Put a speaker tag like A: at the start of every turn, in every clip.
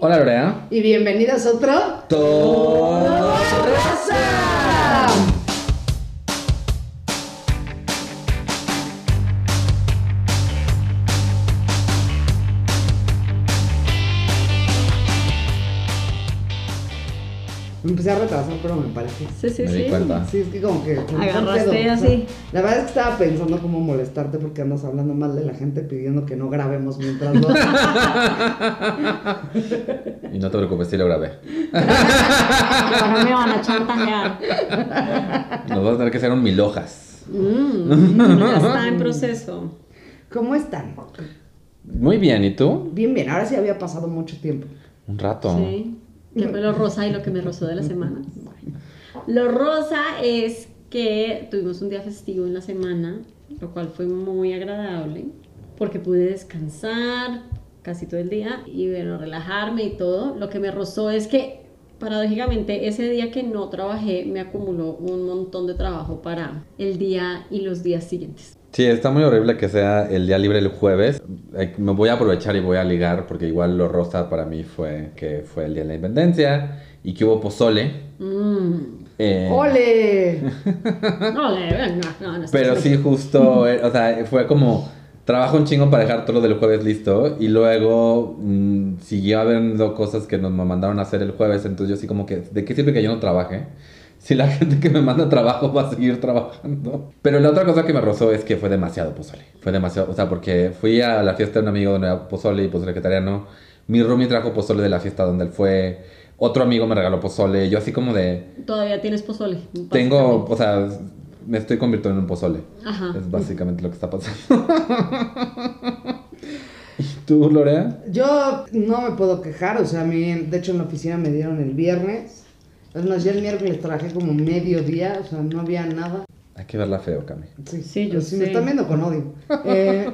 A: Hola Lorea.
B: Y bienvenidos a otro.
A: Todos
B: Rosa. Me empecé a retrasar, pero me parece.
C: Sí, sí,
A: Me
C: sí.
A: di cuenta.
B: Sí, es que como que. como que
C: Agarraste
B: pedo, o sea,
C: así.
B: la verdad es que estaba pensando cómo molestarte porque andas hablando mal de la gente pidiendo que no grabemos mientras lo
A: Y no te preocupes, sí lo grabé.
C: Pero no me Ah, van a chantajear.
A: Nos vas a tener que hacer un mil hojas.
C: Mm, ya está en proceso.
B: ¿Cómo están?
A: Muy bien, ¿y tú?
B: Bien, bien. Ahora sí había pasado mucho tiempo.
A: Un rato.
C: Sí. Que fue lo rosa y lo que me rozó de la semana. Bueno. Lo rosa es que tuvimos un día festivo en la semana, lo cual fue muy agradable, porque pude descansar casi todo el día y bueno, relajarme y todo. Lo que me rozó es que paradójicamente ese día que no trabajé me acumuló un montón de trabajo para el día y los días siguientes.
A: Sí, está muy horrible que sea el día libre el jueves. Eh, Me voy a aprovechar y voy a ligar porque igual lo rosa para mí fue que fue el día de la independencia y que hubo pozole.
C: Mm.
A: Eh,
B: ¡Ole!
C: No, le- no, no, no,
A: Pero
C: no.
A: sí, justo, eh, o sea, fue como trabajo un chingo para dejar todo lo del jueves listo y luego mm, siguió habiendo cosas que nos mandaron a hacer el jueves, entonces yo sí como que, ¿de qué sirve que yo no trabaje? Si la gente que me manda trabajo va a seguir trabajando. Pero la otra cosa que me rozó es que fue demasiado pozole. Fue demasiado, o sea, porque fui a la fiesta de un amigo donde era pozole y pozole vegetariano. Mi roomie trajo pozole de la fiesta donde él fue. Otro amigo me regaló pozole. Yo así como de,
C: Todavía tienes pozole.
A: tengo, o sea, me estoy convirtiendo en un pozole.
C: Ajá.
A: Es básicamente lo que está pasando. ¿Y tú, Lorea?
B: Yo no me puedo quejar, o sea, a mí, de hecho en la oficina me dieron el viernes. Es más, yo el miércoles trabajé como medio día, o sea, no había nada.
A: Hay que verla feo, Cami.
B: Sí,
C: Sí, yo
B: sí. me
C: sé.
B: están viendo con odio. Eh,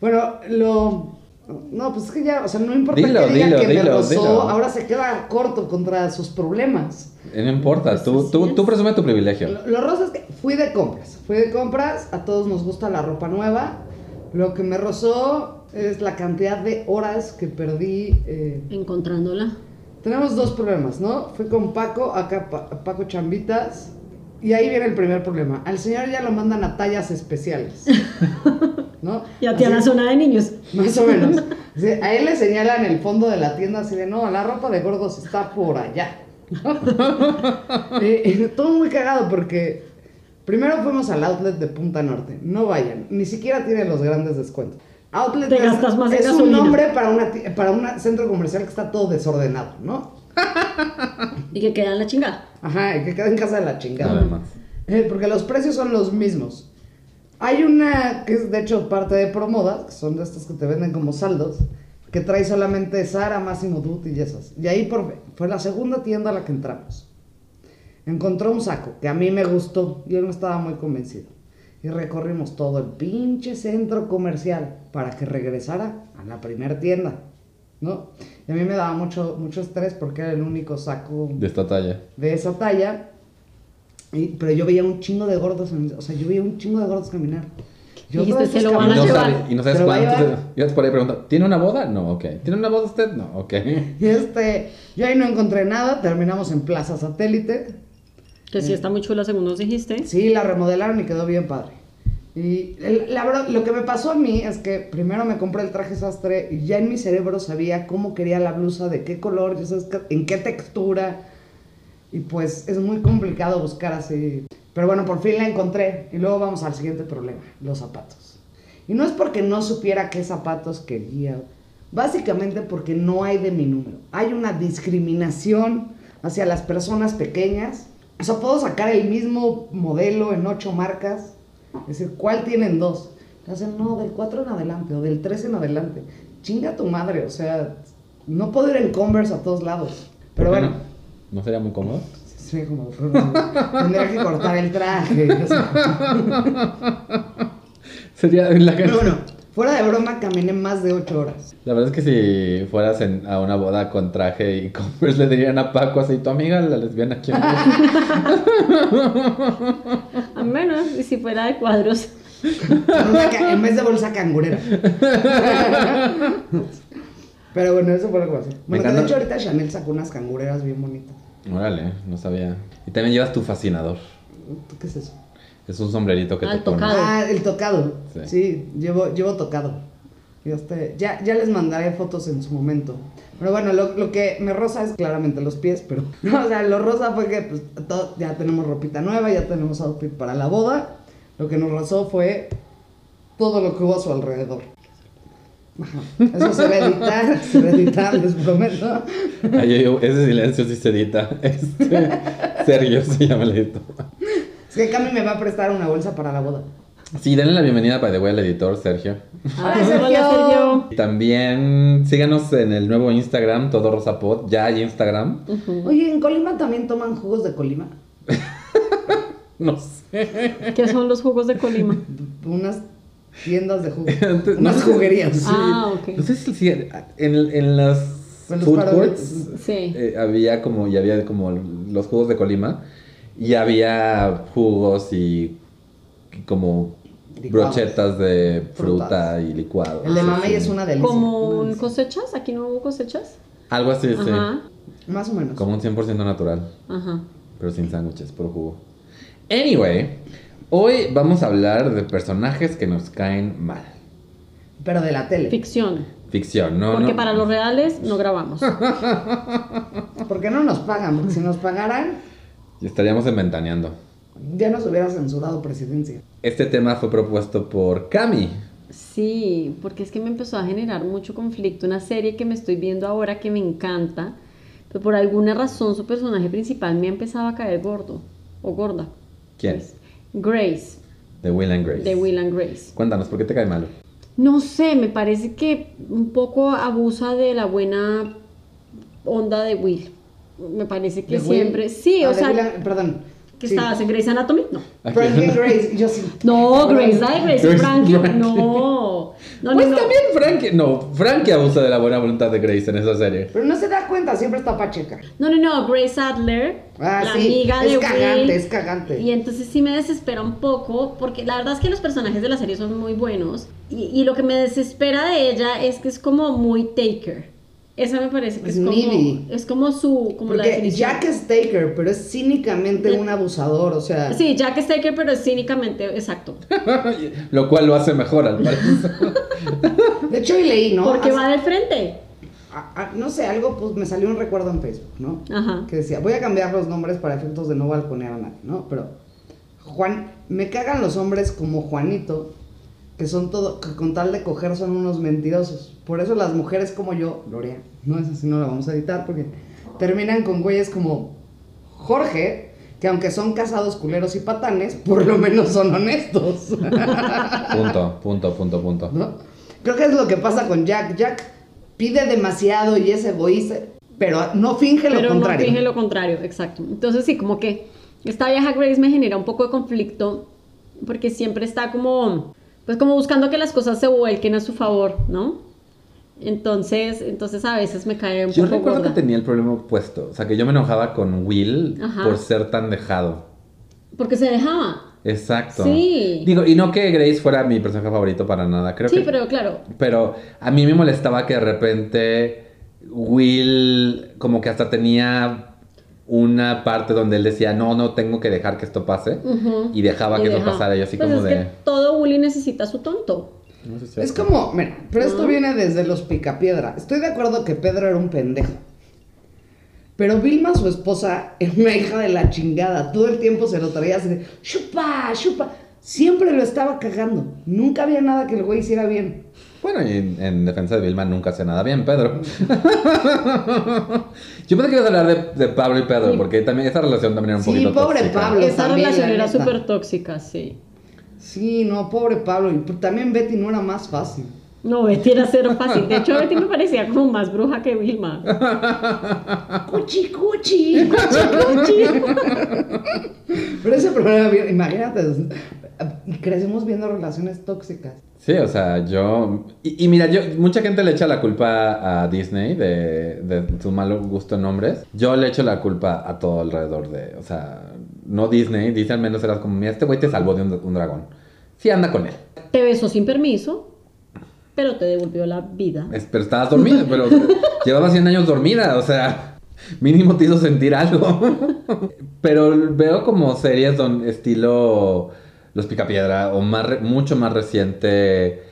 B: bueno, lo... No, pues es que ya, o sea, no importa
A: Dilo,
B: que digan
A: dilo,
B: que me
A: dilo,
B: rozó,
A: dilo.
B: ahora se queda corto contra sus problemas.
A: Eh, No importa, tú, tú, tú presume tu privilegio.
B: Lo, lo rosa es que fui de compras. Fui de compras, a todos nos gusta la ropa nueva. Lo que me rozó es la cantidad de horas que perdí. eh.
C: Encontrándola.
B: Tenemos dos problemas, ¿no? Fui con Paco, acá Pa- Paco Chambitas. Y ahí viene el primer problema. Al señor ya lo mandan a tallas especiales. ¿No?
C: Y a ti a
B: Así-
C: la zona de niños.
B: más o menos. O sea, a él le señalan el fondo de la tienda así de, no, la ropa de gordos está por allá. Eh, eh, todo muy cagado porque primero fuimos al outlet de Punta Norte. No vayan, ni siquiera tiene los grandes descuentos. Outlet
C: Te
B: es,
C: gastas más en
B: es un
C: gasolina.
B: nombre para un para una centro comercial que está todo desordenado, ¿no?
C: Y que quedan la chingada.
B: Ajá, y que queda en casa de la chingada.
A: Además.
B: Eh, porque los precios son los mismos. Hay una que es de hecho parte de Promoda, que son de estas que te venden como saldos, que trae solamente Sara, Massimo Dutti y esas. Y ahí por, fue la segunda tienda a la que entramos. Encontró un saco que a mí me gustó y él no estaba muy convencido. Y recorrimos todo el pinche centro comercial para que regresara a la primera tienda, ¿no? Y a mí me daba mucho, mucho estrés porque era el único saco
A: De esta talla.
B: de esa talla. y- pero yo veía un chingo de gordos, en- o sea, yo veía un chingo de gordos caminar. Yo
C: Dijiste,
B: todos
C: "Se
B: esos
C: lo van a
A: Y no,
B: caminan-
C: llevar".
A: sabe- y no sabes
B: Se lo va a
A: cuántos.
B: llevar.
A: Yo por ahí pregunto, ¿tiene una boda? No, ok. ¿Tiene una boda usted? No, ok.
B: Y este, yo ahí no encontré nada, terminamos en Plaza Satélite.
C: Que
A: Mm.
C: sí está muy chula, según nos dijiste.
B: Sí, la remodelaron y quedó bien padre. Y el- la verdad, lo que me pasó a mí es que primero me compré el traje sastre y ya en mi cerebro sabía cómo quería la blusa, de qué color, ya sabes, qué- en qué textura. Y pues es muy complicado buscar así. Pero bueno, por fin la encontré. Y luego vamos al siguiente problema, los zapatos. Y no es porque no supiera qué zapatos quería. Básicamente porque no hay de mi número. Hay una discriminación hacia las personas pequeñas. O sea, puedo sacar el mismo modelo en ocho marcas. Es decir, ¿cuál tienen dos? Te Hacen, no, del 4 en adelante o del 3 en adelante. Chinga tu madre, o sea, no puedo ir en Converse a todos lados. Pero
A: ¿Por qué
B: bueno.
A: No? ¿No sería muy cómodo?
B: Sí, como tendría que cortar el traje. o sea.
A: Sería la
B: Pero bueno, fuera de broma caminé más de 8 horas.
A: La verdad es que si fueras en- a una boda con traje y converse, le dirían a Paco así, tu amiga, la lesbiana, ¿quién es?"
C: A menos y si fuera de cuadros.
B: Con una ca- en vez de bolsa cangurera. Pero bueno, eso fue lo que pasó. Bueno, que
A: encanta-
B: de hecho ahorita Chanel sacó unas cangureras bien bonitas.
A: Órale, no sabía. Y también llevas tu fascinador.
B: ¿Tú qué es eso?
A: Es un sombrerito que
C: Ah,
A: te
C: el
A: pones.
C: tocado.
B: Ah, el tocado.
A: Sí.
B: Sí, llevo, llevo tocado. Yo este- ya, ya les mandaré fotos en su momento. Pero bueno, lo, lo que me rosa es claramente los pies, pero... o sea, lo rosa fue que pues, to- ya tenemos ropita nueva, ya tenemos outfit para la boda. Lo que nos rozó fue todo lo que hubo a su alrededor. Ajá. Eso se va a editar, se va a editar, les prometo.
A: Ay, ay, ay, ese silencio sí se edita. Este, Sergio se llama el editor.
B: Es que Cami me va a prestar una bolsa para la boda.
A: Sí, denle la bienvenida, by the way, al editor Sergio.
C: Ah,
B: Hola,
C: hola,
B: Sergio.
C: Sergio.
A: Y También síganos en el nuevo Instagram, Todo Rosa Pod. Ya hay Instagram.
C: Ujú.
B: Oye, ¿en Colima también toman jugos de Colima?
A: No sé.
C: ¿Qué son los jugos de Colima?
B: unas tiendas de jugos,
A: Antes-
B: unas
A: no sé.
B: juguerías.
C: Ah,
A: No
C: ok.
A: sé si si en, en las
B: En los
A: food
B: paradores.
A: courts
C: Sí.
A: eh, había como y había como los jugos de Colima y había jugos y como
B: Licuados.
A: brochetas de fruta
B: Frutas.
A: y licuado.
B: El de
A: Sí,
B: mamey
A: sí.
B: es una delicia.
C: ¿Como
B: Una
C: un
B: delicia.
C: cosechas? ¿Aquí no hubo cosechas?
A: Algo así, sí.
C: Ajá.
B: Más o menos.
A: Como un 100% natural,
C: Ajá.
A: pero sin sándwiches, puro jugo. Anyway, hoy vamos a hablar de personajes que nos caen mal.
B: Pero de la tele.
C: Ficción.
A: Ficción, ¿no?
C: Porque
A: no.
C: para los reales no grabamos.
B: Ah, Porque no nos pagan, porque si nos pagaran,
A: Estaríamos inventaneando.
B: ya nos hubiera censurado presidencia.
A: Este tema fue propuesto por Cami.
C: Sí, porque es que me empezó a generar mucho conflicto. Una serie que me estoy viendo ahora que me encanta, pero por alguna razón su personaje principal me ha empezado a caer gordo o gorda. Pues,
A: ¿Quién?
C: Grace,
A: De Will and Grace.
C: de Will and Grace.
A: Cuéntanos, ¿por qué te cae malo?
C: No sé, me parece que un poco abusa de la buena onda de Will. Me parece que
B: De Will-
C: siempre. Sí,
B: Ah,
C: o
B: de
C: sea,
B: Will- perdón.
C: que
B: Sí.
C: estabas en Grace Anatomy, no.
B: Frank and Grace, y yo sí. Ah,
C: No, Grace, la de Grace
A: Grace
C: Frankie,
A: Frankie.
C: no. No, no,
A: pues
C: no.
A: también Frankie. No, Frankie abusa de la buena voluntad de Grace en esa serie.
B: Pero no se da cuenta, siempre está pacheca.
C: No, no, no, Grace Adler,
B: Ah,
C: la
B: sí,
C: amiga
B: es
C: de
B: cagante,
C: Will.
B: es cagante.
C: Y entonces sí me desespera un poco, porque la verdad es que los personajes de la serie son muy buenos. Y, y lo que me desespera de ella es que es como muy taker. Esa me parece que es,
B: Es needy.
C: como, es como su, como la
B: Porque
C: definición.
B: Jack es Taker, pero es cínicamente un abusador, o sea.
C: Sí, Jack es taker, pero es cínicamente, exacto.
A: Lo cual lo hace mejor, al parecer.
B: De hecho, hoy leí, ¿no?
C: porque
B: Hace-
C: va de frente.
B: a- a- no sé, algo, pues me salió un recuerdo en Facebook, ¿no?
C: Ajá.
B: Que decía, voy a cambiar los nombres para efectos de no balconear a nadie, ¿no? Pero, Juan, me cagan los hombres como Juanito, que son todo, que con tal de coger son unos mentirosos. Por eso las mujeres como yo, Lorea, no es así, no la vamos a editar, porque terminan con güeyes como Jorge, que aunque son casados, culeros y patanes, por lo menos son honestos.
A: punto, punto, punto, punto.
B: ¿no? Creo que es lo que pasa con Jack. Jack pide demasiado y es egoísta, pero no finge lo
C: pero
B: contrario.
C: no finge lo contrario, exacto. Entonces sí, como que esta vieja Grace me genera un poco de conflicto porque siempre está como, pues como buscando que las cosas se vuelquen a su favor, ¿no? Entonces, entonces a veces me cae un
A: Yo
C: poco
A: recuerdo
C: gorda.
A: que tenía el problema opuesto. O sea, que yo me enojaba con Will
C: Ajá.
A: por ser tan dejado.
C: Porque se dejaba.
A: Exacto.
C: Sí.
A: Digo, y no que Grace fuera mi personaje favorito para nada. Creo
C: sí,
A: que
C: pero claro.
A: Pero a mí me molestaba que de repente Will como que hasta tenía una parte donde él decía, no, no, tengo que dejar que esto pase.
C: ujú,
A: Y dejaba
C: y
A: que eso
C: dejaba.
A: pasara. Y yo así
C: Pues
A: como
C: es
A: de...
C: que todo bullying necesita su tonto.
A: "No sé si
B: Es como, mira, pero esto viene desde los picapiedra. Estoy de acuerdo que Pedro era un pendejo. Pero Vilma, su esposa, es una hija de la chingada. Todo el tiempo se lo traía así de chupa, chupa. Siempre lo estaba cagando. Nunca había nada que el güey hiciera bien.
A: Bueno, y en, en defensa de Vilma nunca hace nada bien, Pedro. Yo pensé que ibas a hablar de, de Pablo y Pedro,
C: Sí.
A: porque también esa relación también era un
B: Sí,
A: poquito
B: pobre
A: tóxica.
B: Pablo. Pero
C: Esa
B: también,
C: relación
B: la
C: era
B: neta.
C: súper tóxica, sí.
B: Sí, no, pobre Pablo. Y p- también Betty no era más fácil.
C: No, Betty era cero fácil. De hecho, Betty me parecía como más bruja que Vilma.
B: Cuchi, cuchi, cuchi, cuchi. Pero ese problema, bien- imagínate, eh, crecemos viendo relaciones tóxicas.
A: Sí, o sea, yo... Y, y mira, yo mucha gente le echa la culpa a Disney de, de su mal gusto en nombres. Yo le echo la culpa a todo alrededor de... O sea, no Disney. Disney al menos era como, mira, este güey te salvó de un, un dragón. Sí, anda con él.
C: Te besó sin permiso. pero te devolvió la vida.
A: Es- pero estabas dormida, pero llevaba 100 años dormida, o sea, mínimo te hizo sentir algo. pero veo como series don estilo Los Picapiedra o más re- mucho más reciente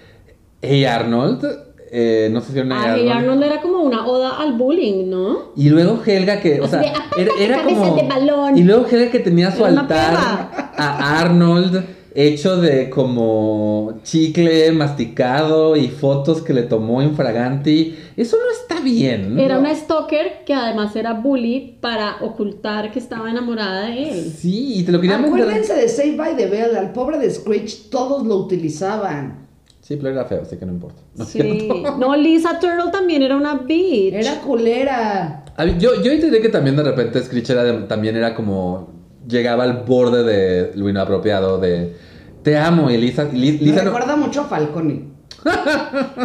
A: Hey Arnold. eh, no sé si era
C: Ah,
A: Hey
C: Hey Arnold era como una oda al bullying, ¿no?
A: Y luego Helga que, o
C: Así
A: sea,
C: de, "Aparta
A: era,
C: tu
A: era
C: cabeza
A: como...
C: de balón".
A: Y luego Helga que tenía su
C: Era una
A: altar
C: perra.
A: a Arnold hecho de como chicle masticado y fotos que le tomó infraganti. Eso no está bien.
C: Era
A: ¿no?
C: una stalker que además era bully para ocultar que estaba enamorada de él.
A: Sí, y te lo quería vender.
B: Acuérdense de Save by the Bell, al pobre de Screech todos lo utilizaban.
A: Sí, pero era feo, así que no importa. No es
C: Sí.
A: cierto.
C: No, Lisa Turtle también era una bitch.
B: Era culera.
A: A mí- Yo, yo entendí que también de repente Screech era de- también era como... Llegaba al borde de lo inapropiado, de... Te amo, y Lisa... y Li-
B: Me
A: Lisa no-
B: recuerda mucho a Falcone.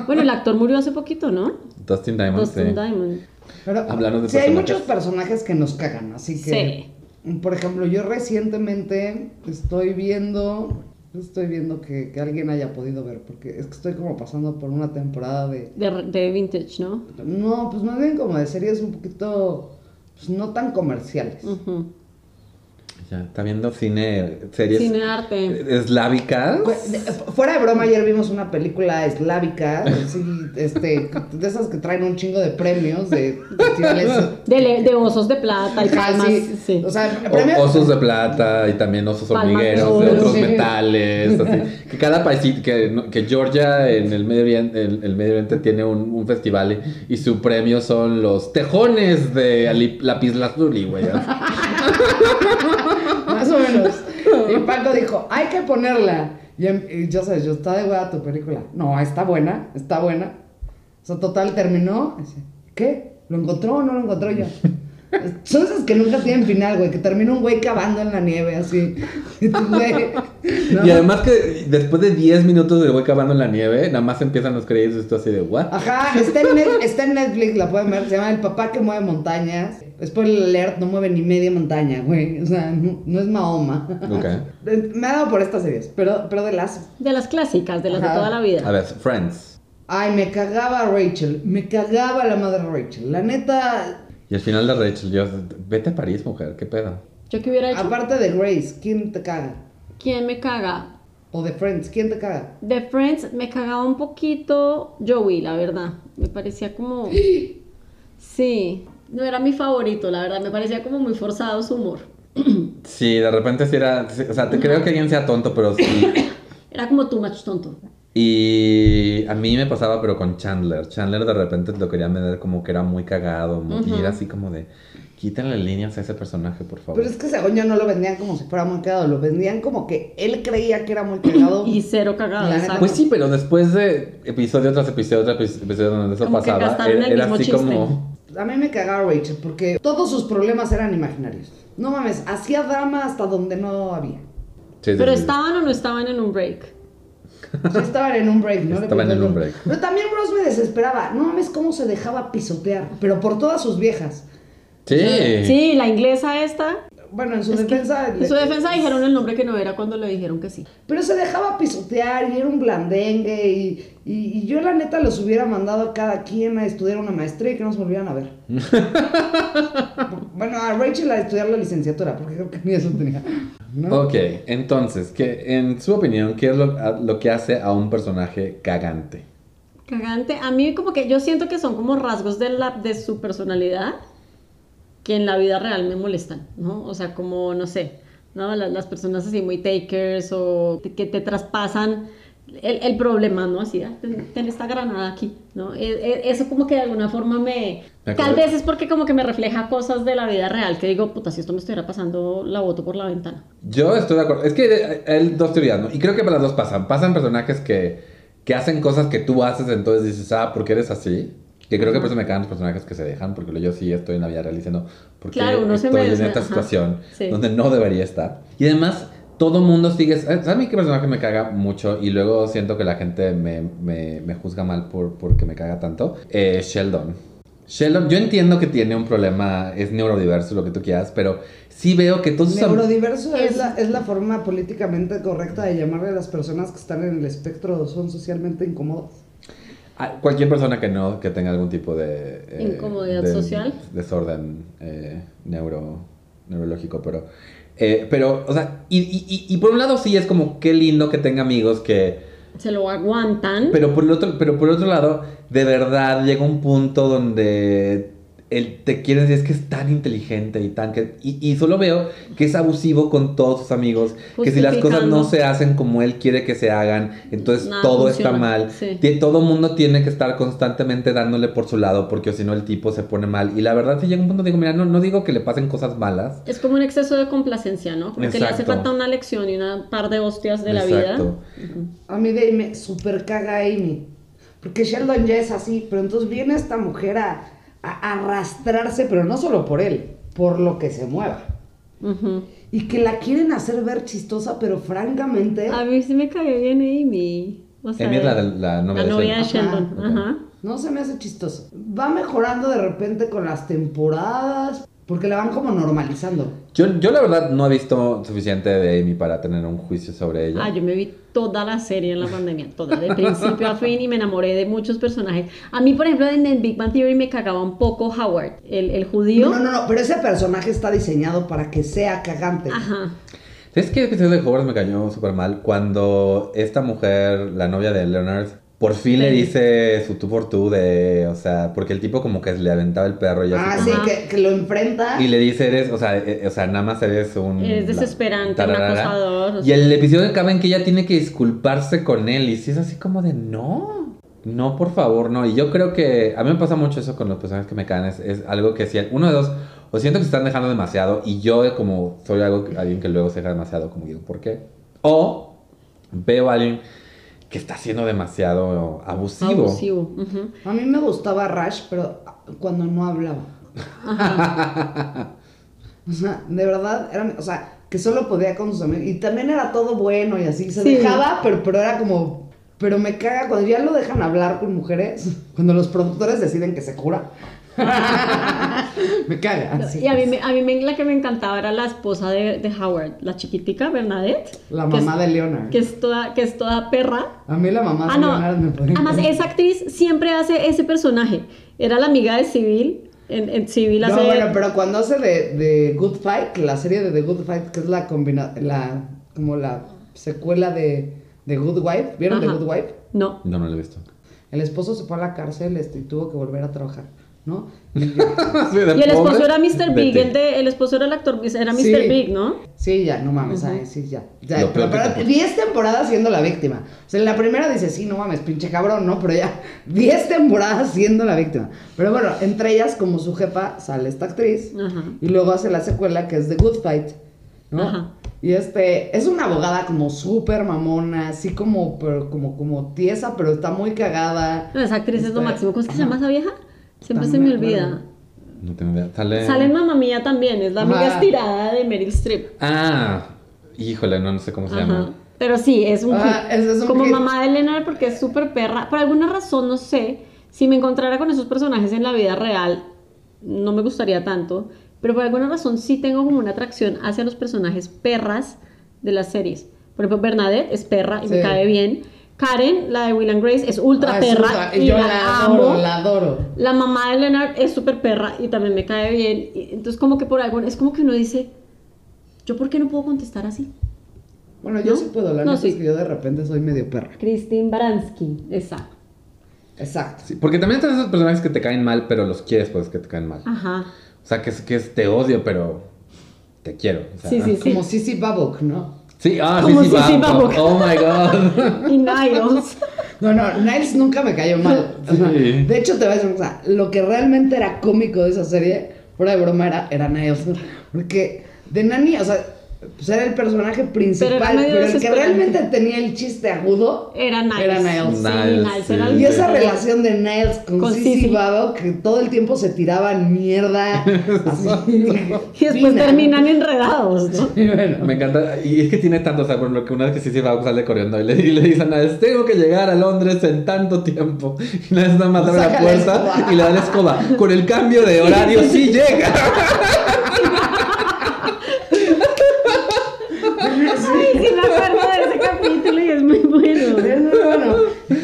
C: Bueno, el actor murió hace poquito, ¿no?
A: Dustin Diamond,
C: Dustin
A: sí.
C: Diamond.
B: Pero
A: Hablando de
B: sí, hay
A: personajes.
B: muchos personajes que nos cagan, así que. Por ejemplo, yo recientemente estoy viendo. Estoy viendo que, que alguien haya podido ver, porque es que estoy como pasando por una temporada de.
C: De, de vintage, ¿no?
B: No, pues más bien como de series un poquito. Pues no tan comerciales.
C: Ujú.
A: Ya, está viendo cine, series
C: Cine arte.
A: eslávicas.
B: Cu- de- eh, Fuera de broma, ayer vimos una película eslávica, sí, este, de esas que traen un chingo de premios de festivales
C: De, le- de osos de plata y
B: Ajá,
C: palmas.
B: Ah, sí.
C: sí.
B: O sea,
A: O-
B: premios-
A: osos de plata y también osos
C: Palmas de
A: hormigueros de
C: oro.
A: otros
B: Sí.
A: metales. así. Que cada país, que, no- que Georgia en el Medio Oriente, el, el Medio Oriente tiene un, un festival y, y su premio son los tejones de ali- lapislazuli, güey.
B: Más o menos. Y Paco dijo, hay que ponerla. Y, em- y yo sé, yo está de hueá tu película. No, está buena, está buena. O sea, total, terminó. Dice, ¿Qué? ¿Lo encontró o no lo encontró yo? Son esas que nunca tienen final, güey, que termina un güey cavando en la nieve así. Y tú, güey, no.
A: Y además que después de 10 minutos de güey cavando en la nieve, nada más empiezan los créditos y esto así de
C: Ah,
A: what?
B: Ajá, está en, Net- está en Netflix, la pueden ver. Se llama El papá que mueve montañas. Spoiler alert, no mueve ni media montaña, güey. O sea, no, no es Mahoma.
A: Ok.
B: Me ha dado por estas series, pero, pero de las
C: De las clásicas, de las
B: Ajá.
C: de toda la
A: A
C: vida.
A: ver, Friends.
B: Ay, me cagaba Rachel, me cagaba la madre Rachel. La neta,
A: Y el final de Rachel, yo, vete a París, mujer, qué pedo.
C: Yo que hubiera hecho.
B: aparte de Grace, ¿quién te caga?
C: ¿Quién me caga?
B: O de Friends, ¿quién te caga?
C: De Friends me cagaba un poquito Joey, la verdad. Me parecía como. Sí. No era mi favorito, la verdad. Me parecía como muy forzado su humor.
A: Sí, de repente sí era. sí, o sea, te creo que alguien sea tonto, pero sí.
C: Era como too much tonto.
A: Y a mí me pasaba, pero con Chandler. Chandler de repente lo quería meter como que era muy cagado. muy- Y era así como de. Quítale líneas a ese personaje, por favor.
B: Pero es que según yo no lo vendían como si fuera muy cagado, lo vendían como que él creía que era muy cagado.
C: Y cero cagado.
B: La neta,
C: exacto.
A: Pues sí, pero después de episodio tras episodio tras epi- episodio donde eso
C: Como que
A: pasaba,
C: gastaron
A: era,
C: el
A: era
C: mismo
A: así
C: chiste.
A: como.
B: A mí me cagaba Rachel porque todos sus problemas eran imaginarios. No mames, hacía drama hasta donde no había.
A: Sí, sí,
C: Pero
A: sí.
C: estaban o no estaban en un break.
B: Sí, estaban en un break, ¿no? Le
A: Estaban en
B: perdí el
A: un
B: ro-
A: break.
B: Pero también Ross me desesperaba. No mames cómo se dejaba pisotear, pero por todas sus viejas.
A: Sí.
C: Sí, la inglesa esta.
B: Bueno, en su
C: es que
B: defensa. eh,
C: en su defensa dijeron el nombre que no era cuando le dijeron que sí.
B: Pero se dejaba pisotear y era un blandengue y, y- y yo la neta los hubiera mandado a cada quien a estudiar una maestría y que no se volvieran a ver. bueno, a Rachel a estudiar la licenciatura, porque creo que ni eso tenía. ¿no?
A: Ok, entonces, ¿qué, en su opinión, ¿qué es lo, a- lo que hace a un personaje cagante?
C: Cagante. A mí como que yo siento que son como rasgos de, la, de su personalidad que en la vida real me molestan, ¿no? O sea, como, no sé, ¿no? La- Las, personas así muy takers o que te traspasan el, el problema, ¿no? Así, ah, ten, ten esta granada aquí, ¿no? E- e- eso como que de alguna forma me...
A: Me acuerdo.
C: Tal vez es porque como que me refleja cosas de la vida real, que digo, puta, si esto me estuviera pasando, la boto por la ventana.
A: Yo estoy de acuerdo. Es que eh, hay dos teorías, ¿no? Y creo que para las dos pasan. Pasan personajes que, que hacen cosas que tú haces, entonces dices, ah, ¿por qué eres así? Que creo que por eso me cagan los personajes que se dejan, porque luego yo sí estoy en la vida real diciendo, porque
C: Claro, uno se
A: estoy en
C: merece,
A: esta
C: ajá,
A: situación
C: sí.
A: donde no debería estar. Y además, todo mundo sigue. eh, ¿Sabes a mí qué personaje me caga mucho? Y luego siento que la gente me, me- me juzga mal por porque me caga tanto. Eh, Sheldon. Sheldon, yo entiendo que tiene un problema, es neurodiverso, lo que tú quieras, pero sí veo que todos sus Pues, am-
B: Neurodiverso es,
C: Es-
B: la, es la forma políticamente correcta de llamarle a las personas que están en el espectro, son socialmente incómodas.
A: a- cualquier persona que no, que tenga algún tipo de... eh,
C: Incomodidad
A: de-
C: social.
A: Desorden eh, neuro, neurológico, pero... eh, pero, o sea, y, y- y- y por un lado sí es como qué lindo que tenga amigos que...
C: Se lo aguantan.
A: Pero por el otro, pero por el otro lado, de verdad llega un punto donde él te quiere decir es que es tan inteligente y tan que y, y solo veo que es abusivo con todos sus amigos, que si las cosas no
C: Justificando.
A: se hacen como él quiere que se hagan, entonces
C: Nada
A: todo
C: funciona,
A: está mal.
C: sí.
A: Ti- Todo mundo tiene que estar constantemente dándole por su lado porque si no el tipo se pone mal. Y la verdad si llega un punto digo, mira, no, no digo que le pasen cosas malas.
C: es como un exceso de complacencia, ¿no? Como que le hace
A: Exacto.
C: falta una lección y una par de hostias de la
A: Exacto.
C: vida.
B: A mí de ahí me super caga Amy. Porque Sheldon ya es así, pero entonces viene esta mujer a, a arrastrarse, pero no solo por él, por lo que se mueva.
C: Ujú.
B: Y que la quieren hacer ver chistosa, pero francamente...
C: A mí sí me cae bien Amy. O sea,
A: Amy es la, de- la novia
C: la
A: de
C: novia de
A: Sheldon.
C: Sheldon.
A: Ok.
C: Ajá.
B: No se me hace chistoso. Va mejorando de repente con las temporadas, porque la van como normalizando.
A: Yo, yo la verdad no he visto suficiente de Amy para tener un juicio sobre ella.
C: Ah, yo me vi toda la serie en la pandemia, toda, de principio a fin, y me enamoré de muchos personajes. A mí, por ejemplo, en el Big Bang Theory me cagaba un poco Howard, el, el judío.
B: No, no, no, pero ese personaje está diseñado para que sea cagante.
C: Ajá.
A: ¿Sabes qué episodio de Hogwarts me cayó súper mal? Cuando esta mujer, la novia de Leonard, por fin le
C: Sí.
A: dice su tú por tú de, o sea, porque el tipo como que le aventaba el perro y
B: Ah,
A: así.
B: sí,
A: como-
C: Ajá.
B: que, que lo enfrenta.
A: Y le dice, eres, o sea, eh, o sea, nada más eres un...
C: Eres
A: Mm, la-
C: desesperante, un
A: tararara.
C: acosador, o
A: Y
C: sea.
A: el episodio acaba en que ella tiene que disculparse con él y si es así como de, no, no, por favor, no. Y yo creo que a mí me pasa mucho eso con los personajes que me caen, es, es algo que si uno de dos, o siento que se están dejando demasiado y yo eh, como soy algo, alguien que luego se deja demasiado, como digo, ¿por qué? O veo a alguien que está siendo demasiado abusivo.
C: Abusivo. ujú.
B: A mí me gustaba Rush, pero cuando no hablaba. o sea, de verdad, eran, o sea, que solo podía con sus amigos. Y también era todo bueno y así. Se
C: Sí.
B: dejaba, pero, pero era como. Pero me caga cuando ya lo dejan hablar con mujeres, cuando los productores deciden que se cura. me caga. así.
C: Y a mí, me- a mí me- la que me encantaba era la esposa de, de Howard, la chiquitica Bernadette.
B: La
C: que es-
B: mamá de Leonard.
C: Que es toda, que es toda perra.
B: A mí la mamá
C: Ah,
B: de
C: no.
B: Leonard me pone.
C: Además, esa actriz siempre hace ese personaje. Era la amiga de Civil. En, en Civil
B: No,
C: hace.
B: bueno, pero cuando hace de, de Good Fight, la serie de The Good Fight, que es la combina la como la secuela de, de Good Wife, ¿vieron The
C: Ajá.
B: Good Wife?
C: No.
A: No, no lo he visto.
B: El esposo se fue a la cárcel este, y tuvo que volver a trabajar, ¿no?
A: Sí, de
C: Y el esposo
A: pobre
C: era
A: de
C: Mr. Big,
A: ti.
C: el, de, el esposo era el actor, era Mr.
B: Sí.
C: Big, ¿no?
B: Sí, ya, no mames, ay, sí, ya. ya
A: Lo peor
B: pero,
A: que te
B: pero
A: puede-
B: 10 temporadas siendo la víctima. O sea, en la primera dice, sí, no mames, pinche cabrón, ¿no? Pero ya, 10 temporadas siendo la víctima. Pero bueno, entre ellas, como su jefa, sale esta actriz.
C: Ajá.
B: Y luego hace la secuela que es The Good Fight, ¿no?
C: Ajá.
B: Y este, es una abogada como súper mamona, así como, pero, como, como tiesa, pero está muy cagada.
C: No, Esa actriz es lo
B: Está-
C: máximo. ¿Cómo es que se
B: ajá.
C: llama esa vieja? Siempre
B: Está-
C: se
B: no
C: me
B: me acuerdo.
C: olvida.
A: No tengo idea. Sale...
C: Sale en Mamma Mía también, es la amiga
B: Ajá.
C: estirada de Meryl Streep.
A: Ah, híjole, no, no sé cómo se
C: Ajá.
A: llama.
C: Pero sí, es un
B: Ah,
C: hit.
B: ese es un
C: Como
B: hit.
C: mamá de Leonard porque es súper perra. Por alguna razón, no sé, si me encontrara con esos personajes en la vida real, no me gustaría tanto. Pero por alguna razón sí tengo como una atracción hacia los personajes perras de las series. Por ejemplo, Bernadette es perra y me
B: Sí.
C: cae bien. Karen, la de Will and Grace, es ultra
B: Ah, es
C: perra
B: ultra-
C: y
B: yo
C: la,
B: la
C: amo.
B: adoro, la adoro.
C: La mamá de Leonard es súper perra y también me cae bien. Y entonces, como que por algo, es como que uno dice, ¿yo por qué no puedo contestar así?
B: Bueno, yo
C: ¿No?
B: sí puedo hablar,
C: No,
B: no,
C: sí.
B: que yo de repente soy medio perra.
C: Christine Baranski, exacto.
B: Exacto.
A: Sí, porque también están esos personajes que te caen mal, pero los quieres, pues, que te caen mal.
C: Ajá.
A: O sea, que es, que es te odio, pero te quiero. o sea,
C: Sí, sí, sí.
B: Como Sissy Babok, ¿no?
A: Sí, ah,
C: Como
A: sí, sí,
C: Sissy
A: va,
C: Babcock.
A: Oh, my God.
C: Y Niles.
B: No, no, Niles nunca me cayó mal. O sea,
A: Sí.
B: De hecho, te voy a decir una cosa. Lo que realmente era cómico de esa serie, fuera de broma, era, era Niles. Porque de Nani, o sea, pues era el personaje principal, pero,
C: medio
B: el que
C: desesperante.
B: realmente tenía el chiste agudo
C: Era Niles.
B: Era Niles.
C: Sí,
A: Niles,
C: Niles
A: sí.
C: era el-
B: Y esa relación de Niles con,
C: Con
B: Sissy
C: Sissy.
B: Babo, que todo el tiempo se tiraban mierda. así,
C: Y después
B: fina.
C: terminan enredados, ¿no?
B: Sí, bueno.
A: Me encanta. Y es que tiene tanto, o sea, por lo que una vez que sí, sí, va, sale corriendo y le, y le dicen a él, tengo que llegar a Londres en tanto tiempo. Y la vez nada más abre la
B: Saca la
A: puerta
B: escoba.
A: y le da la escoba. Con el cambio de horario, sí llega.
C: Ay, sí me acuerdo de ese capítulo y es muy bueno.
B: Es muy bueno.
A: Ay,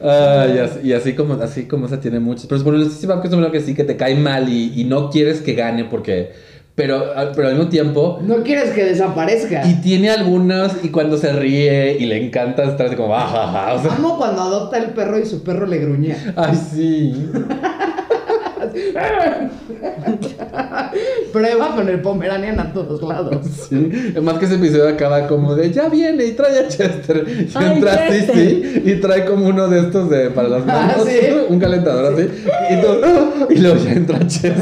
A: Ah, y, as- y así, como así como esa tiene muchas. Pero por ejemplo, sí, Babka es un que sí, que te cae mal y, y no quieres que gane porque... Pero, al- pero al mismo tiempo...
B: No quieres que desaparezca.
A: Y tiene algunos y cuando se ríe y le encanta estar así como... "Ah, ja, ja", o sea,
B: Amo cuando adopta el perro y su perro le gruñía.
A: ay, sí.
B: Prueba con el Pomeranian a todos lados.
A: Sí, más que ese episodio acaba como de ya viene y trae a Chester. Y
C: Ay,
A: entra
C: Chester.
A: Sissy y trae como uno de estos de para las
B: Ah,
A: manos,
B: sí.
A: un calentador así. Y, todo, "Ah", y luego ya entra Chester.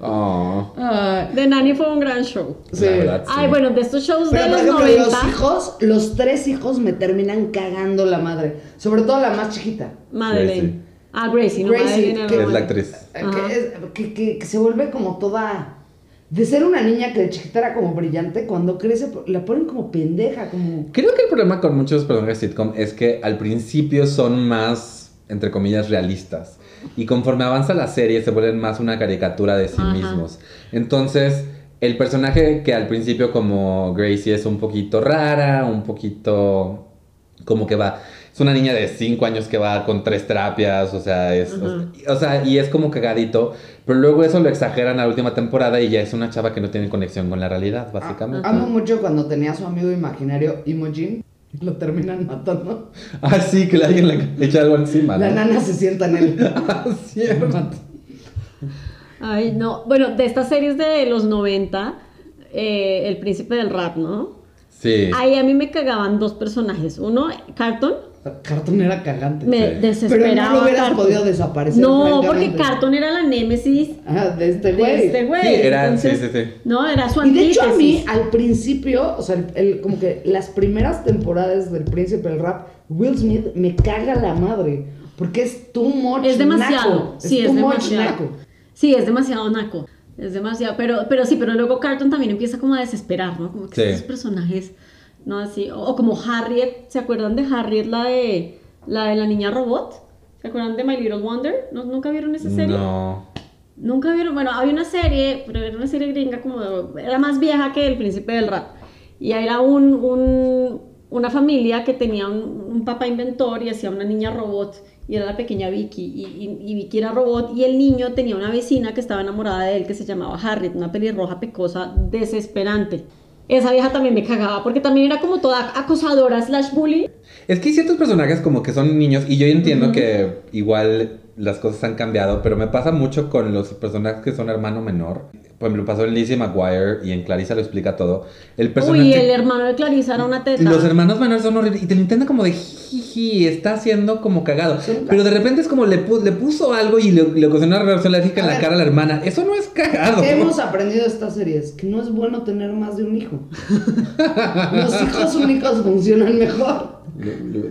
A: Oh,
B: Ay,
C: The Nanny fue un gran show.
B: sí.
A: la verdad, sí.
C: Ay, bueno, de estos shows
B: Pero
C: de
B: por
C: los
B: ejemplo,
C: 90.
B: los hijos, los tres hijos me terminan cagando la madre. Sobre todo la más chiquita.
C: Madeleine.
A: Gracie.
C: Ah, Gracie, no
B: Gracie,
C: Madeleine.
B: que-
A: es
C: no,
A: la actriz.
B: Eh, Que,
C: Ajá.
B: es- que- que- que se vuelve como toda. De ser una niña que de chiquita era como brillante, cuando crece la ponen como pendeja, como.
A: Creo que el problema con muchos personajes de sitcom es que al principio son más, entre comillas, realistas. Y conforme avanza la serie se vuelven más una caricatura de sí
C: Ajá.
A: mismos. Entonces, el personaje que al principio como Gracie es un poquito rara, un poquito como que va... Es una niña de 5 años que va con tres terapias, o sea, es, o
C: Ajá.
A: sea, y- o sea, y es como cagadito, pero luego eso lo exageran a la última temporada y ya es una chava que no tiene conexión con la realidad, básicamente.
B: Amo mucho cuando tenía a su amigo imaginario, Imogen, y lo terminan matando.
A: Ah, sí, que le- alguien le, le echa algo encima.
B: La
A: ¿no?
B: nana se sienta en él.
A: Ah, cierto.
C: Ay, no. Bueno, de estas series de los 90, eh, El Príncipe del Rap, ¿no?
A: Sí.
C: Ahí a mí me cagaban dos personajes. Uno, Carton,
B: Cartoon era cagante.
C: me
A: Sí.
C: desesperaba.
B: Pero no lo hubieras
C: Carlton.
B: podido desaparecer.
C: No, porque
B: francamente.
C: Carton era la némesis
B: Ah, de este
C: de
B: güey.
C: este güey.
A: Sí, era-
C: Entonces,
A: sí, sí, sí.
C: No, era su
B: Y de hecho a mí,
C: antítesis.
B: al principio, o sea, el- el- como que las primeras temporadas del Príncipe del Rap, Will Smith me caga la madre. Porque es too much
C: Es demasiado.
B: naco.
C: Sí, es
B: too much
C: demasiado.
B: naco.
C: Sí, es demasiado naco. Es demasiado. Pero, pero sí, pero luego Carton también empieza como a desesperar, ¿no? Como que
A: Sí.
C: estos personajes, ¿no? Así. O, o como Harriet, ¿se acuerdan de Harriet, la de la, de la niña robot? ¿Se acuerdan de My Little Wonder? ¿No- ¿Nunca vieron esa serie?
A: No.
C: Nunca vieron, bueno, había una serie, pero era una serie gringa como, de- era más vieja que El Príncipe del Rap. Y era un, un- una familia que tenía un, un papá inventor y hacía una niña robot, y era la pequeña Vicky, y, y- y Vicky era robot, y el niño tenía una vecina que estaba enamorada de él, que se llamaba Harriet, una pelirroja pecosa desesperante. Esa vieja también me cagaba, porque también era como toda acosadora slash bully.
A: Es que hay ciertos personajes como que son niños y yo entiendo que igual las cosas han cambiado, pero me pasa mucho con los personajes que son hermano menor. Por ejemplo, pasó en Lizzie McGuire y en Clarissa lo explica todo. El personaje...
C: Uy, el hermano de Clarissa era una teta.
A: Los hermanos menores son horribles y te lo intentan como de jiji, está haciendo como cagado. Pero de repente es como le, pu- le puso algo y le, le ocasionó una reacción alérgica en
B: A
A: la
B: ver.
A: cara a la hermana. Eso no es cagado.
B: ¿Qué hemos aprendido de estas series? Que no es bueno tener más de un hijo. Los hijos únicos funcionan mejor.
A: Lo, lo-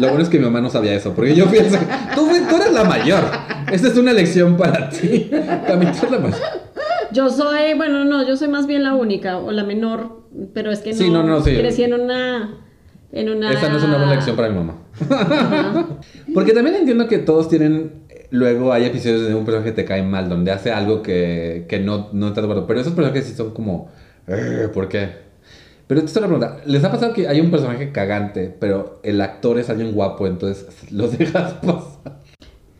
A: lo bueno es que mi mamá no sabía eso, porque yo pienso, tú, fui- tú eres la mayor. Esta es una lección para ti. Cami, tú eres la mayor.
C: Yo soy, bueno, no, yo soy más bien la única o la menor, pero es que no,
A: Sí, no, no, sí.
C: crecí en una en una
A: Esta no es una buena lección para mi mamá. Porque también entiendo que todos tienen, luego hay episodios de un personaje que te cae mal, donde hace algo que, que no, no estás de acuerdo. Pero esos personajes sí son como, "Arr, ¿por qué? Pero te estoy pregunta, ¿les ha pasado que hay un personaje cagante, pero el actor es alguien guapo, entonces los dejas pasar?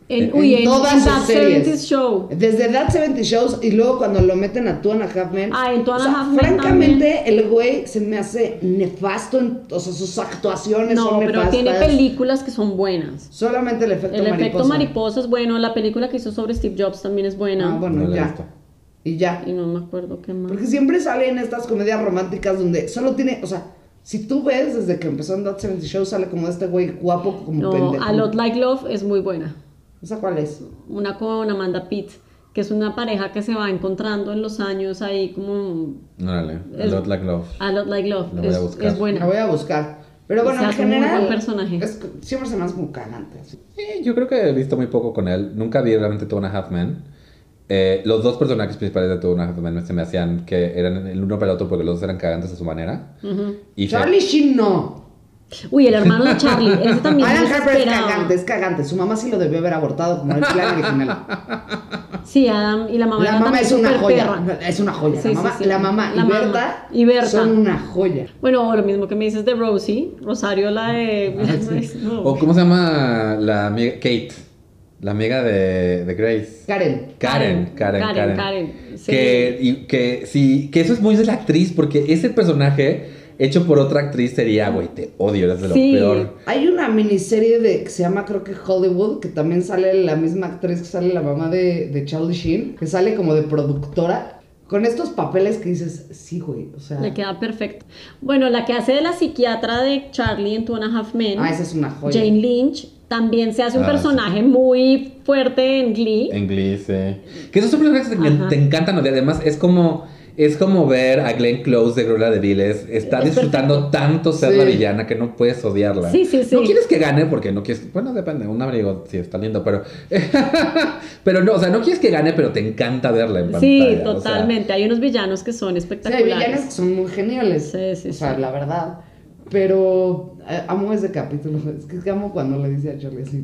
C: En,
A: En
C: uy, en,
B: todas
C: en
B: sus
C: That
B: series.
C: 70's Show.
B: Desde That 70 Shows y luego cuando lo meten a Two and a Half Men.
C: Ah, en Two and a Half Men
B: Francamente, el güey se me hace nefasto. En, o sea, sus actuaciones
C: No,
B: son
C: pero
B: nefastas.
C: tiene películas que son buenas.
B: Solamente el efecto
C: El
B: mariposa.
C: efecto mariposa es bueno, la película que hizo sobre Steve Jobs también es buena.
B: Ah, bueno,
A: No la he
B: ya.
A: visto.
B: Y ya.
C: Y no me acuerdo qué más.
B: Porque siempre salen estas comedias románticas donde solo tiene, o sea, si tú ves desde que empezó en That 70 Show sale como este güey guapo como
C: No,
B: pendejo.
C: A Lot Like Love es muy buena.
B: ¿Esa cuál es?
C: Una con Amanda Pitt, que es una pareja que se va encontrando en los años ahí como
A: Órale,
C: El-
A: Lot Like Love.
C: A Lot Like Love.
A: La voy a
C: Es,
A: buscar.
C: es buena.
B: La voy a buscar. Pero bueno,
C: Se
B: en
C: hace muy
B: general.
C: buen personaje.
B: es- siempre se me hace como cagante. así.
A: Eh, yo creo que he visto muy poco con él. Nunca vi realmente Two and a Half Men. Eh, los dos personajes principales de Two and a Half Men se me hacían que eran el uno para el otro porque los dos eran cagantes a su manera.
C: Ujú.
A: Y Phoe-
B: Charlie Sheen no.
C: Uy, el hermano de Charlie, ese también me
B: Alan Harper es
C: desesperaba.
B: cagante, es cagante. Su mamá sí lo debió haber abortado como en el plan original.
C: Sí, Adam y la mamá.
B: La
C: eran
B: mamá
C: también
B: es una
C: súper
B: joya.
C: perra.
B: Es una joya.
C: Sí,
B: la
C: sí,
B: mamá,
C: sí.
B: la mamá
C: La
B: y
C: mamá
B: Berta,
C: y Berta.
B: son una joya.
C: Bueno, o lo mismo que me dices de Rosie, Rosario la de...
A: Ah, sí.
C: No.
B: Oh.
A: O cómo se llama la amiga Kate, la amiga de, de Grace.
B: Karen.
A: Karen, Karen,
C: Karen,
A: Karen.
C: Karen, Karen, sí.
A: Que, y que sí, que eso es muy de la actriz, porque ese personaje hecho por otra actriz sería, güey, te odio, eres de lo
C: Sí.
A: peor.
B: Hay una miniserie de, que se llama, creo que Hollywood, que también sale la misma actriz que sale la mamá de, de Charlie Sheen, que sale como de productora, con estos papeles que dices, sí, güey, o sea.
C: Le queda perfecto. Bueno, la que hace de la psiquiatra de Charlie en Two and a Half Men,
B: Ah, esa es una joya.
C: Jane Lynch, también se hace un
A: Ah,
C: personaje muy fuerte en Glee.
A: En Glee, sí. Que esos son personajes que
C: Ajá.
A: te encantan odiar. Además, es como, es como ver a Glenn Close de Cruella de Vil. Es- Está
C: Es
A: disfrutando tanto ser
B: Sí.
A: la villana que no puedes odiarla.
C: Sí, sí, sí.
A: No quieres que gane porque no quieres. Bueno, depende. Un abrigo sí está lindo, pero. pero no, o sea, no quieres que gane, pero te encanta verla en pantalla.
C: sí,
A: o sea,
C: totalmente. Hay unos villanos que son
B: Sí, hay
C: espectaculares.
B: villanas que son muy geniales.
C: Sí, sí,
B: o sea,
C: sí.
B: la verdad. Pero eh, amo ese capítulo. Es que amo cuando le dice a Charlie así.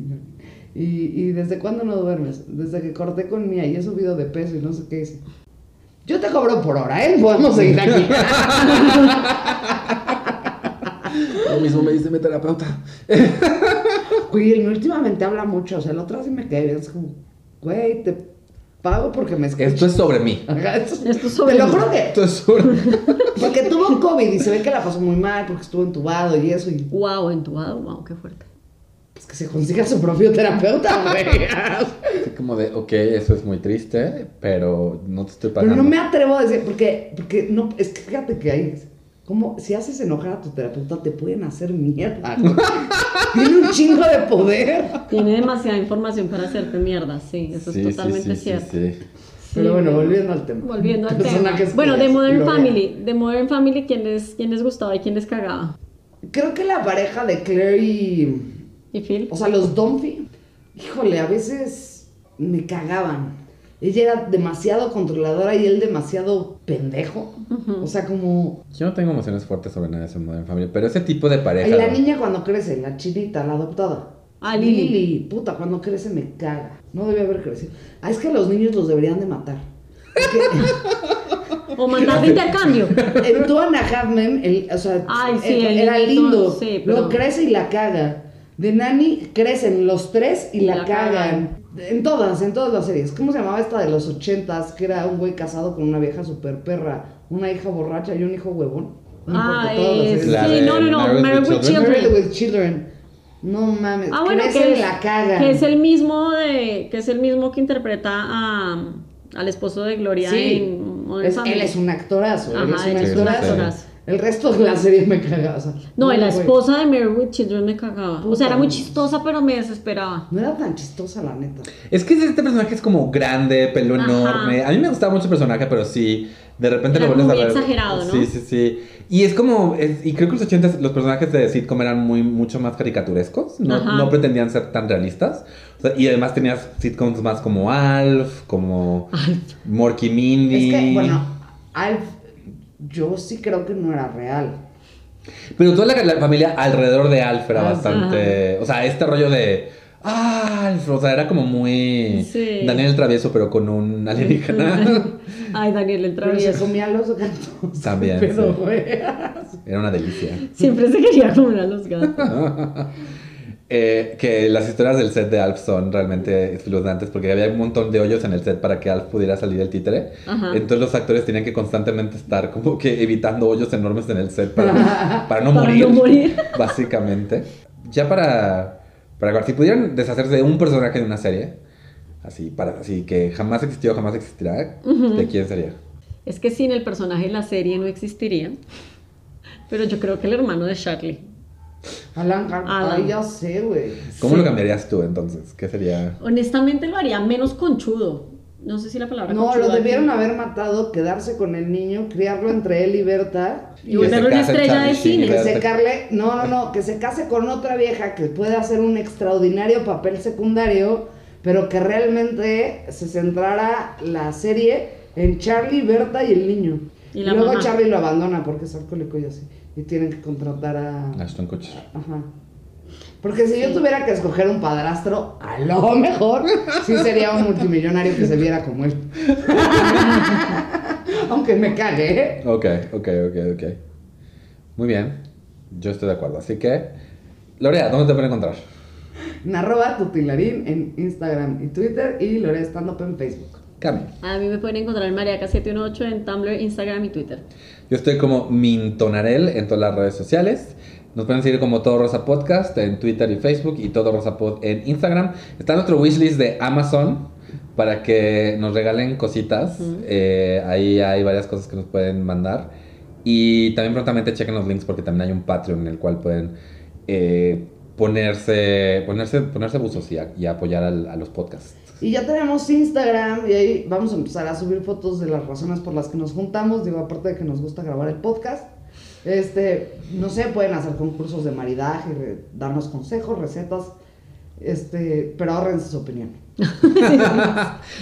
B: ¿Y, y desde cuándo no duermes? Desde que corté con Mía y he subido de peso y no sé qué hice. Yo te cobro por hora, ¿eh? Podemos seguir aquí.
A: Lo mismo me dice mi terapeuta.
B: Oye, y últimamente habla mucho. O sea, el otro día sí me quedé. bien, Es como, güey, te pago porque me escuchas.
A: Esto es sobre mí.
B: Ajá, esto es-
C: Esto es sobre
B: Te lo
C: mí.
B: juro que.
A: Esto es sobre.
B: Porque tuvo COVID y se ve que la pasó muy mal porque estuvo entubado y eso. Y
C: Wow, entubado, wow, qué fuerte.
B: pues que se consiga su propio terapeuta, güey.
A: Así como de, ok, eso es muy triste, pero no te estoy
B: Pero
A: pagando.
B: no me atrevo a decir, porque, porque no, es que fíjate que hay, como si haces enojar a tu terapeuta, te pueden hacer mierda. güey. Tiene un chingo de poder.
C: Tiene demasiada información para hacerte mierda, sí, eso es totalmente cierto.
A: Sí, sí.
C: Sí.
B: Pero bueno, volviendo al tema.
C: Volviendo al tema.
B: Personajes que
C: Bueno, de Modern
B: lo vean.
C: Family, de Modern Family, ¿quién les, quién les gustaba y quién les cagaba?
B: Creo que la pareja de Claire y.
C: ¿Y Phil?
B: O sea, los Dunphy, híjole, a veces me cagaban. Ella era demasiado controladora y él demasiado pendejo. O sea, como.
A: Yo no tengo emociones fuertes sobre nada de ese Modern Family, pero ese tipo de
B: Y
A: pareja.
B: la niña cuando crece, la chinita, la adoptada.
C: Ah, Lili.
B: puta, cuando crece me caga. No debe haber crecido. Ah, es que a los niños los deberían de matar. Porque
C: O mandar de intercambio.
B: en tu Anna Halfman, el, o sea,
C: Ay, sí,
B: el-
C: el
B: era
C: niñito,
B: lindo.
C: sí, pero-
B: Luego crece y la caga. De Nani crecen los tres y la,
C: la
B: cagan.
C: cagan.
B: En todas, en todas las series. ¿Cómo se llamaba esta de los ochentas? Que era un güey casado con una vieja super perra, una hija borracha y un hijo huevón. No,
C: Ah,
B: porque todas las
C: eh,
B: series-
C: sí,
A: La de
C: no, no, no,
A: Married
C: Married
A: with
C: with
A: Children.
C: Children.
B: Married with Children. No mames.
C: Ah, bueno,
B: crecen
C: que es,
B: la cagan.
C: que es el mismo de, que es el mismo que interpreta a, al esposo de Gloria
B: Sí.
C: en Modern
B: Es-
C: Family.
B: él es un actorazo. él
C: Ajá,
B: es un
C: él
A: es un
B: actorazo.
C: actorazo.
B: El resto de la serie me cagaba. o sea,
C: No, la
B: güey.
C: esposa de Mary with Children me cagaba. o
B: Puta.
C: sea, era muy chistosa, pero me desesperaba.
B: No era tan chistosa, la neta.
A: Es que este personaje es como grande, pelo
C: Ajá.
A: enorme. A mí me gustaba mucho el personaje, pero sí, de repente
C: Era
A: lo vuelves a
C: muy
A: ver.
C: exagerado, ¿no?
A: Sí, sí, sí. Y es como, es- y creo que en los 80 los personajes de sitcom eran muy, mucho más caricaturescos. No,
C: Ajá.
A: no pretendían ser tan realistas. O sea, y además tenías sitcoms más como Alf, como Morky
B: Es
A: Mindy.
B: que, bueno, Alf, yo sí creo que no era real.
A: Pero toda la, la familia alrededor de Alf era
B: Ajá.
A: bastante. O sea, este rollo de. "Ah, Alf, o sea, era como muy.
C: Sí.
A: Daniel el travieso, pero con un alienígena.
C: Ay, Daniel, el
B: Pero se
C: travieso.
B: comía los gatos.
A: También,
B: Pero,
A: sí.
B: güey.
A: era una delicia.
C: Siempre se quería comer a los gatos.
A: Eh, que las historias del set de Alf son realmente espeluznantes porque había un montón de hoyos en el set para que Alf pudiera salir el títere.
C: Ajá.
A: Entonces los actores tenían que constantemente estar como que evitando hoyos enormes en el set para, para no
C: Para
A: morir.
C: no morir.
A: Básicamente. Ya para, para acabar, si pudieran deshacerse de un personaje de una serie, así, para, así que jamás existió, jamás existirá, ¿de quién sería?
C: Es que sin el personaje la serie no existiría. Pero yo creo que el hermano de Charlie.
B: Alan Carp-
C: Alan.
B: Ay, ya sé, güey.
A: ¿Cómo
C: Sí.
A: lo cambiarías tú entonces? ¿Qué sería?
C: Honestamente lo haría menos conchudo. No sé si la palabra
B: No,
C: conchudo
B: lo
C: aquí-
B: debieron haber matado, quedarse con el niño, criarlo entre él y Berta.
C: Y
A: Que se
C: volverlo una
A: case
C: estrella
A: Charlie
C: de
A: Sheen y
C: cine.
B: Que
A: Berta.
B: se carle, no, no, no, que se case con otra vieja que puede hacer un extraordinario papel secundario, pero que realmente se centrara la serie en Charlie, Berta y el niño.
C: Y la
B: luego
C: mamá.
B: Charlie lo abandona porque es alcohólico y así. y tienen que contratar a...
A: Ashton Kutcher.
B: Ajá. Porque si yo tuviera que escoger un padrastro, a lo mejor sí sería un multimillonario que se viera como él. Aunque me cague, ¿eh?
A: Ok, ok, ok, ok. Muy bien. Yo estoy de acuerdo. Así que, Lorea, ¿dónde te pueden encontrar?
B: En arroba tutilarín en Instagram y Twitter y Lorea Stand Up en Facebook.
A: Cami.
C: A mí me pueden encontrar en Mariaca718 en Tumblr, Instagram y Twitter.
A: Yo estoy como Mintonarel en todas las redes sociales. Nos pueden seguir como Todo Rosa Podcast en Twitter y Facebook y Todo Rosa Pod en Instagram. Está nuestro wishlist de Amazon para que nos regalen cositas. Eh, ahí hay varias cosas que nos pueden mandar. Y también prontamente chequen los links porque también hay un Patreon en el cual pueden eh, ponerse, ponerse, ponerse buzos y, a- y apoyar al- a los podcasts.
B: Y ya tenemos Instagram y ahí vamos a empezar a subir fotos de las razones por las que nos juntamos. Digo, aparte de que nos gusta grabar el podcast. Este, no sé, pueden hacer concursos de maridaje, re- darnos consejos, recetas. Este, pero ahorrense su opinión.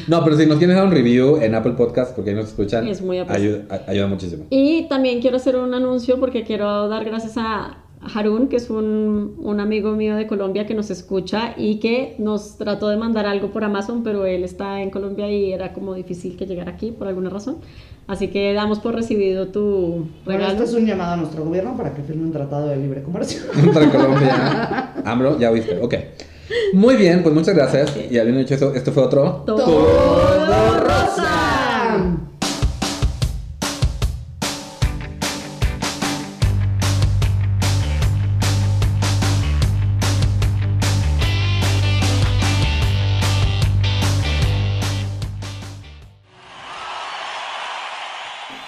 A: No, pero si nos quieren dar un review en Apple Podcast, porque ahí nos escuchan,
C: Es muy apreciado.
A: ayuda, a- ayuda muchísimo.
C: Y también quiero hacer un anuncio porque quiero dar gracias a Harun, que es un, un amigo mío de Colombia que nos escucha y que nos trató de mandar algo por Amazon, pero él está en Colombia y era como difícil que llegara aquí por alguna razón. Así que damos por recibido tu
B: Bueno,
C: regalo.
B: este es un llamado a nuestro gobierno para que firme un tratado de libre comercio.
A: Contra Colombia. AMLO, ya viste. Ok. Muy bien, pues muchas gracias. Y habiendo dicho eso, esto fue otro.
C: Todo rosa.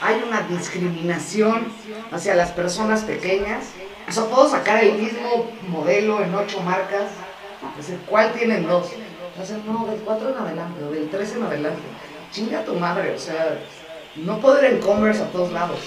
B: Hay una discriminación hacia las personas pequeñas. O sea, puedo sacar el mismo modelo en ocho marcas. Es decir, ¿cuál tienen dos? O sea, no, del 4 en adelante o del 3 en adelante. Chinga tu madre, o sea, no puedo ir en Converse a todos lados.